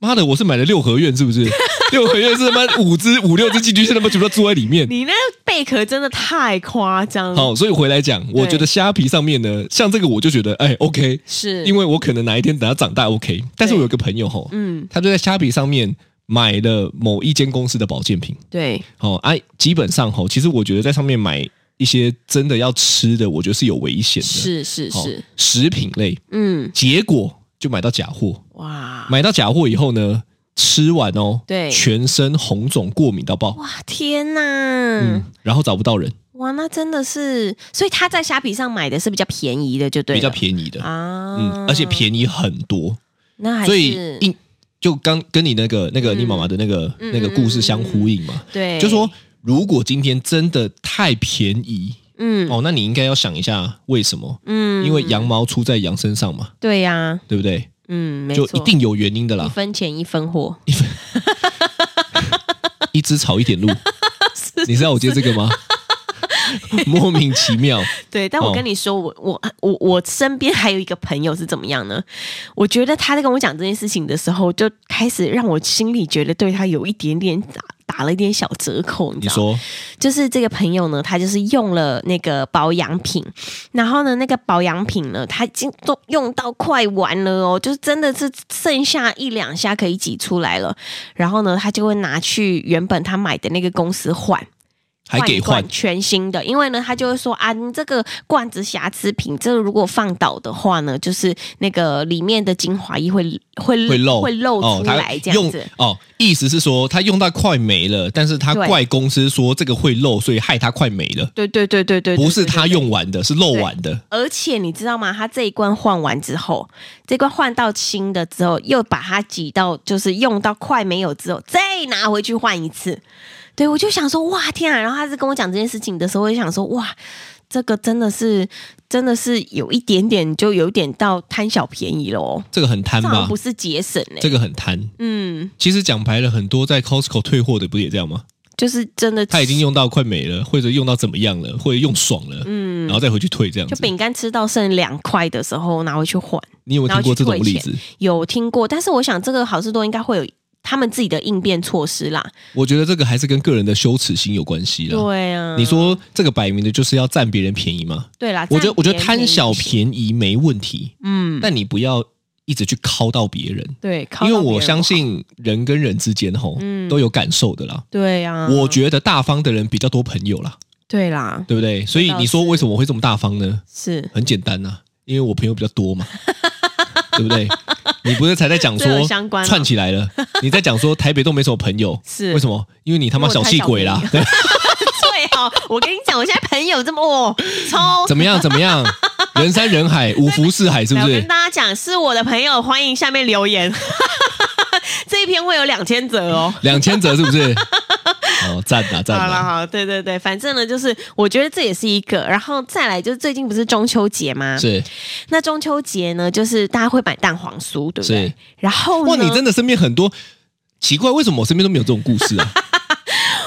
Speaker 3: 妈的，我是买了六合院是
Speaker 2: [laughs]
Speaker 3: 不是？六合院是他妈五只、五六只寄居蟹，他妈全部都住在里面。
Speaker 2: 你那贝壳真的太夸张，
Speaker 3: 好，所以回来讲，我觉得虾皮上面呢，像这个我就觉得，哎，OK，
Speaker 2: 是
Speaker 3: 因
Speaker 2: 为
Speaker 3: 为我可能哪一天等它长大 OK。但是我有个朋友吼，
Speaker 2: 嗯，
Speaker 3: 他就在虾皮上面买了某一间公司的保健品，
Speaker 2: 对
Speaker 3: 哦，哎、基本上吼，其实我觉得在上面买一些真的要吃的，我觉得是有危险的，
Speaker 2: 是是
Speaker 3: 哦
Speaker 2: 是，
Speaker 3: 食品类，
Speaker 2: 嗯，
Speaker 3: 结果就买到假货。
Speaker 2: 哇
Speaker 3: 买到假货以后呢，吃完哦，
Speaker 2: 对
Speaker 3: 全身红肿、过敏到爆，
Speaker 2: 哇天哪、
Speaker 3: 嗯，然后找不到人，
Speaker 2: 哇那真的是，所以他在虾皮上买的是比较便宜的，就对
Speaker 3: 比
Speaker 2: 了，
Speaker 3: 较便宜的，
Speaker 2: 啊，
Speaker 3: 嗯，而且便宜很多，
Speaker 2: 那还
Speaker 3: 所以
Speaker 2: 是
Speaker 3: 应就刚跟你那个那个
Speaker 2: 嗯
Speaker 3: 你妈妈的那个、
Speaker 2: 嗯
Speaker 3: 那个故事相呼应嘛，
Speaker 2: 对，
Speaker 3: 就说如果今天真的太便宜
Speaker 2: 嗯
Speaker 3: 哦，那你应该要想一下为什么，
Speaker 2: 嗯，
Speaker 3: 因为羊毛出在羊身上嘛，
Speaker 2: 对呀、
Speaker 3: 对不对？
Speaker 2: 嗯，没
Speaker 3: 就
Speaker 2: 错，
Speaker 3: 一定有原因的
Speaker 2: 一
Speaker 3: 啦，
Speaker 2: [laughs] 分钱一分货，
Speaker 3: 一枝草一
Speaker 2: [laughs]
Speaker 3: 点露，你知道我接这个吗？
Speaker 2: [laughs]
Speaker 3: 莫名其妙，
Speaker 2: 对，但我
Speaker 3: 哦
Speaker 2: 跟你说，我我我我身边还有一个朋友是怎么样呢？我觉得他在跟我讲这件事情的时候，就开始让我心里觉得对他有一点点打打了一点小折扣，你知
Speaker 3: 你
Speaker 2: 道吗？
Speaker 3: 说
Speaker 2: 就是这个朋友呢，他就是用了那个保养品，然后呢，那个保养品呢，他已经都用到快完了哦，就是真的是剩下一两下可以挤出来了，然后呢，他就会拿去原本他买的那个公司换。
Speaker 3: 还给
Speaker 2: 一
Speaker 3: 换
Speaker 2: 罐全新的，因为呢，他就会说啊，你这个罐子瑕疵品，这个如果放倒的话呢，就是那个里面的精华液会会
Speaker 3: 会漏
Speaker 2: 嗯会漏
Speaker 3: 哦
Speaker 2: 出
Speaker 3: 他
Speaker 2: 来这样
Speaker 3: 用
Speaker 2: 子。
Speaker 3: 哦，意思是说他用到快没了，但是他
Speaker 2: 对
Speaker 3: 怪公司说这个会漏，所以害他快没了，
Speaker 2: 对对对对对，对
Speaker 3: 不是
Speaker 2: 对
Speaker 3: 他
Speaker 2: 对
Speaker 3: 用完的，是漏完的。
Speaker 2: 而且你知道吗？他这一罐换完之后，这罐换到新的之后，又把它挤到，就是用到快没有之后，再拿回去换一次。对，我就想说，哇，天啊！然后他是跟我讲这件事情的时候，我就想说，哇，这个真的是，真的是有一点点，就有一点到贪小便宜了哦。
Speaker 3: 这个很贪
Speaker 2: 这好像
Speaker 3: 吧
Speaker 2: 不？是欸节省嘞、
Speaker 3: 啊这个很贪。
Speaker 2: 嗯，
Speaker 3: 其实讲白了，很多在 Costco 退货的不也这样吗？
Speaker 2: 就是真的，
Speaker 3: 他已经用到快没了，或者用到怎么样了，或者用爽了，
Speaker 2: 嗯
Speaker 3: 然，后再回去退这样
Speaker 2: 就
Speaker 3: 子。
Speaker 2: 饼干吃到剩两块的时候拿回去换。
Speaker 3: 你有没有听过这种例子？
Speaker 2: 有听过，但是我想这个好事多应该会有他们自己的应变措施啦。
Speaker 3: 我觉得这个还是跟个人的羞耻心有关系啦。
Speaker 2: 对啊，
Speaker 3: 你说这个摆明的就是要占别人便宜吗？
Speaker 2: 对啦，
Speaker 3: 我觉得
Speaker 2: 占
Speaker 3: 我觉
Speaker 2: 别
Speaker 3: 得
Speaker 2: 人
Speaker 3: 贪
Speaker 2: 便宜
Speaker 3: 小
Speaker 2: 不行，
Speaker 3: 便宜没问题，
Speaker 2: 嗯，
Speaker 3: 但你不要一直去敲到别人，
Speaker 2: 对，靠
Speaker 3: 因为
Speaker 2: 到别
Speaker 3: 我
Speaker 2: 人
Speaker 3: 相
Speaker 2: 不好，
Speaker 3: 信人跟人之间吼、
Speaker 2: 嗯
Speaker 3: 都有感受的啦。
Speaker 2: 对啊，
Speaker 3: 我觉得大方的人比较多朋友啦，
Speaker 2: 对啦，
Speaker 3: 对不对？所以
Speaker 2: 倒
Speaker 3: 你说为什么我会这么大方呢？
Speaker 2: 是
Speaker 3: 很简单呐、啊因为我朋友比较
Speaker 2: [laughs]
Speaker 3: 多嘛，对不对？你不是才在讲
Speaker 2: 这
Speaker 3: 说
Speaker 2: 有相关啊
Speaker 3: 串起来了，你在讲说台北都没什么朋友，
Speaker 2: [laughs] 是
Speaker 3: 为什么？因为你他妈
Speaker 2: 因为我
Speaker 3: 小
Speaker 2: 太
Speaker 3: 气
Speaker 2: 小
Speaker 3: 鬼啦！对
Speaker 2: 对哦，我跟你讲，我现在朋友这么哦，超。
Speaker 3: 怎么样？怎
Speaker 2: [laughs]
Speaker 3: 么样？人山人海，五湖四海，是不
Speaker 2: 我
Speaker 3: 是
Speaker 2: 跟？大家讲，是我的朋友，欢迎下面留言。 [laughs] 这一篇会有两千折哦。
Speaker 3: 两千折是不
Speaker 2: [laughs]
Speaker 3: 是？哦，赞啊赞
Speaker 2: 好了，
Speaker 3: 啊！
Speaker 2: 好，对对对，反正呢，就是我觉得这也是一个，然后再来就是最近不是中秋节吗？
Speaker 3: 是
Speaker 2: 那中秋节呢，就是大家会买蛋黄酥，对不对
Speaker 3: 是？
Speaker 2: 然后
Speaker 3: 哇，
Speaker 2: 哦呢，
Speaker 3: 你真的身边很多奇怪，为什么我身边都没有这种故
Speaker 2: [laughs]
Speaker 3: 事啊？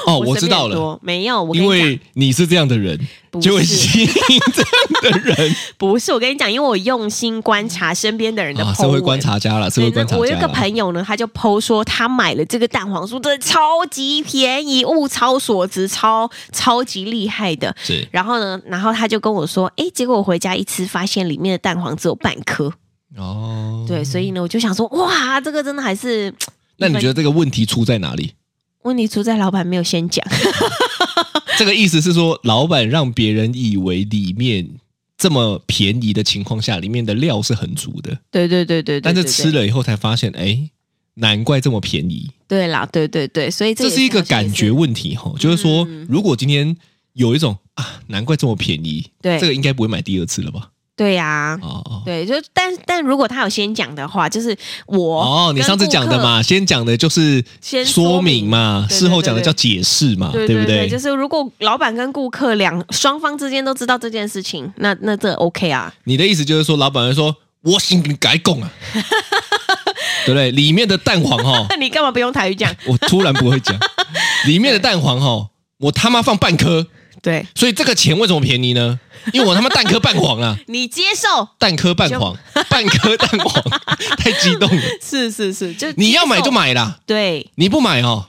Speaker 3: 哦，我
Speaker 2: 我
Speaker 3: 知
Speaker 2: 身边
Speaker 3: 道
Speaker 2: 很
Speaker 3: 了，
Speaker 2: 多，没有，我跟
Speaker 3: 因
Speaker 2: 你讲，
Speaker 3: 为你是这样的人，
Speaker 2: 不
Speaker 3: 就会
Speaker 2: 是
Speaker 3: 吸引 [laughs] 这样的人
Speaker 2: 不是我跟你讲，因为我用心观察身边的人的 po
Speaker 3: 啊！
Speaker 2: 文、
Speaker 3: 社会观察家了，社
Speaker 2: 对。
Speaker 3: 会观察
Speaker 2: 那
Speaker 3: 家啦。
Speaker 2: 我有一个朋友呢，他就 PO 说他买了这个蛋黄酥，真的超级便宜，物超所值，超超级厉害的。
Speaker 3: 是
Speaker 2: 然后呢，然后他就跟我说，哎，结果我回家一吃，发现里面的蛋黄只有半颗。
Speaker 3: 哦，
Speaker 2: 对，所以呢，我就想说，哇，这个真的还是
Speaker 3: 那你觉得这个问题出在哪里？
Speaker 2: 问题出在老板没有先讲。
Speaker 3: 这个意思是说，老板让别人以为里面这么便宜的情况下，里面的料是很足的，
Speaker 2: 对对对对对对
Speaker 3: 但是吃
Speaker 2: 对
Speaker 3: 了以后才发现，哎，难怪这么便宜。
Speaker 2: 对啦，对对对，所以这
Speaker 3: 这
Speaker 2: 也
Speaker 3: 是一个感
Speaker 2: 好像也
Speaker 3: 觉
Speaker 2: 是，
Speaker 3: 问题哈，就是说，
Speaker 2: 嗯
Speaker 3: 如果今天有一种啊，难怪这么便宜，
Speaker 2: 对
Speaker 3: 这个应该不会买第二次了吧？
Speaker 2: 对呀、
Speaker 3: 哦哦。
Speaker 2: 对，就但但如果他有先讲的话，就是我
Speaker 3: 哦，你
Speaker 2: 跟
Speaker 3: 上次
Speaker 2: 顾
Speaker 3: 讲的
Speaker 2: 客，
Speaker 3: 嘛，先讲的就是
Speaker 2: 先
Speaker 3: 说
Speaker 2: 说明
Speaker 3: 明嘛，
Speaker 2: 对
Speaker 3: 事后
Speaker 2: 对
Speaker 3: 讲的
Speaker 2: 对
Speaker 3: 叫解释嘛，
Speaker 2: 对
Speaker 3: 不
Speaker 2: 对
Speaker 3: 对？
Speaker 2: 就是如果老板跟顾客两双方之间都知道这件事情，那那这 OK 啊，
Speaker 3: 你的意思就是说，老板会说我先给你改供
Speaker 2: [laughs]
Speaker 3: 啊，对不对？里面的蛋黄哦，
Speaker 2: 那你干嘛不用台语讲？
Speaker 3: 我突然不会讲，里面的蛋黄哦，我他妈放半颗，
Speaker 2: [laughs] 对
Speaker 3: 所以这个钱为什么便宜呢？因为我他妈蛋壳半黄啊，
Speaker 2: 你接受
Speaker 3: 蛋壳半黄，
Speaker 2: [laughs]
Speaker 3: 半颗 [laughs] 蛋黄，太激动了。
Speaker 2: 是是是，就
Speaker 3: 你要买
Speaker 2: 接受
Speaker 3: 就，买啦，
Speaker 2: 对，
Speaker 3: 你不买哦，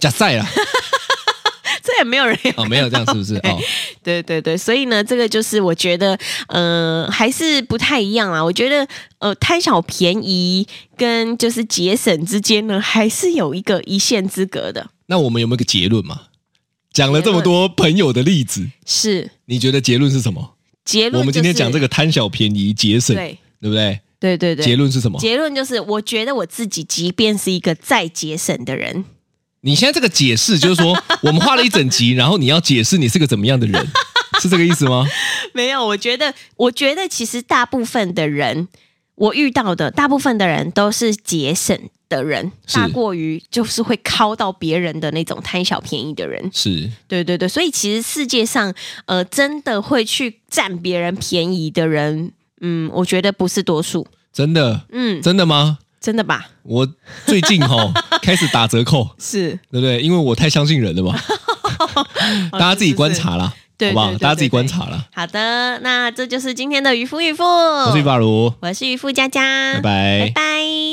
Speaker 3: 假赛啦，
Speaker 2: [laughs] 这也没有人要
Speaker 3: 哦，没有这样是不是？哦，
Speaker 2: [laughs] 对对对，所以呢，这个就是我觉得，呃，还是不太一样啊。我觉得，呃，贪小便宜跟就是节省之间呢，还是有一个一线之隔的。
Speaker 3: 那我们有没有个结论嘛？讲了这么多朋友的例子，
Speaker 2: 是
Speaker 3: 你觉得结论是什么？
Speaker 2: 结论、就是，
Speaker 3: 我们今天讲这个贪小便宜节省，
Speaker 2: 对
Speaker 3: 对不对？
Speaker 2: 对对对，
Speaker 3: 结论是什么？
Speaker 2: 结论就是，我觉得我自己即便是一个再节省的人， [laughs]
Speaker 3: 你现在这个解释就是说，我们画了一整集，然后你要解释你是个怎么样的人，是这个意思吗？
Speaker 2: 没有，我觉得，我觉得其实大部分的人，我遇到的大部分的人都是节省的人，
Speaker 3: 是
Speaker 2: 大过于就是会靠到别人的那种贪小便宜的人。
Speaker 3: 是
Speaker 2: 对对对，所以其实世界上，呃，真的会去占别人便宜的人，嗯，我觉得不是多数，
Speaker 3: 真的，
Speaker 2: 嗯，
Speaker 3: 真的吗？
Speaker 2: 真的吧？
Speaker 3: 我最近哈、
Speaker 2: [laughs]
Speaker 3: 开始打折扣，
Speaker 2: 是，
Speaker 3: 对不对？因为我太相信人
Speaker 2: [laughs]
Speaker 3: 了嘛，
Speaker 2: 哦
Speaker 3: 大家自己观察啦，
Speaker 2: 对
Speaker 3: 好不
Speaker 2: 对
Speaker 3: 好？
Speaker 2: 对对
Speaker 3: 大家自己观察啦。
Speaker 2: 好的，那这就是今天的渔夫渔夫，
Speaker 3: 我是
Speaker 2: 我
Speaker 3: 巴如，
Speaker 2: 是渔夫佳佳，
Speaker 3: 拜
Speaker 2: 拜
Speaker 3: 拜
Speaker 2: 拜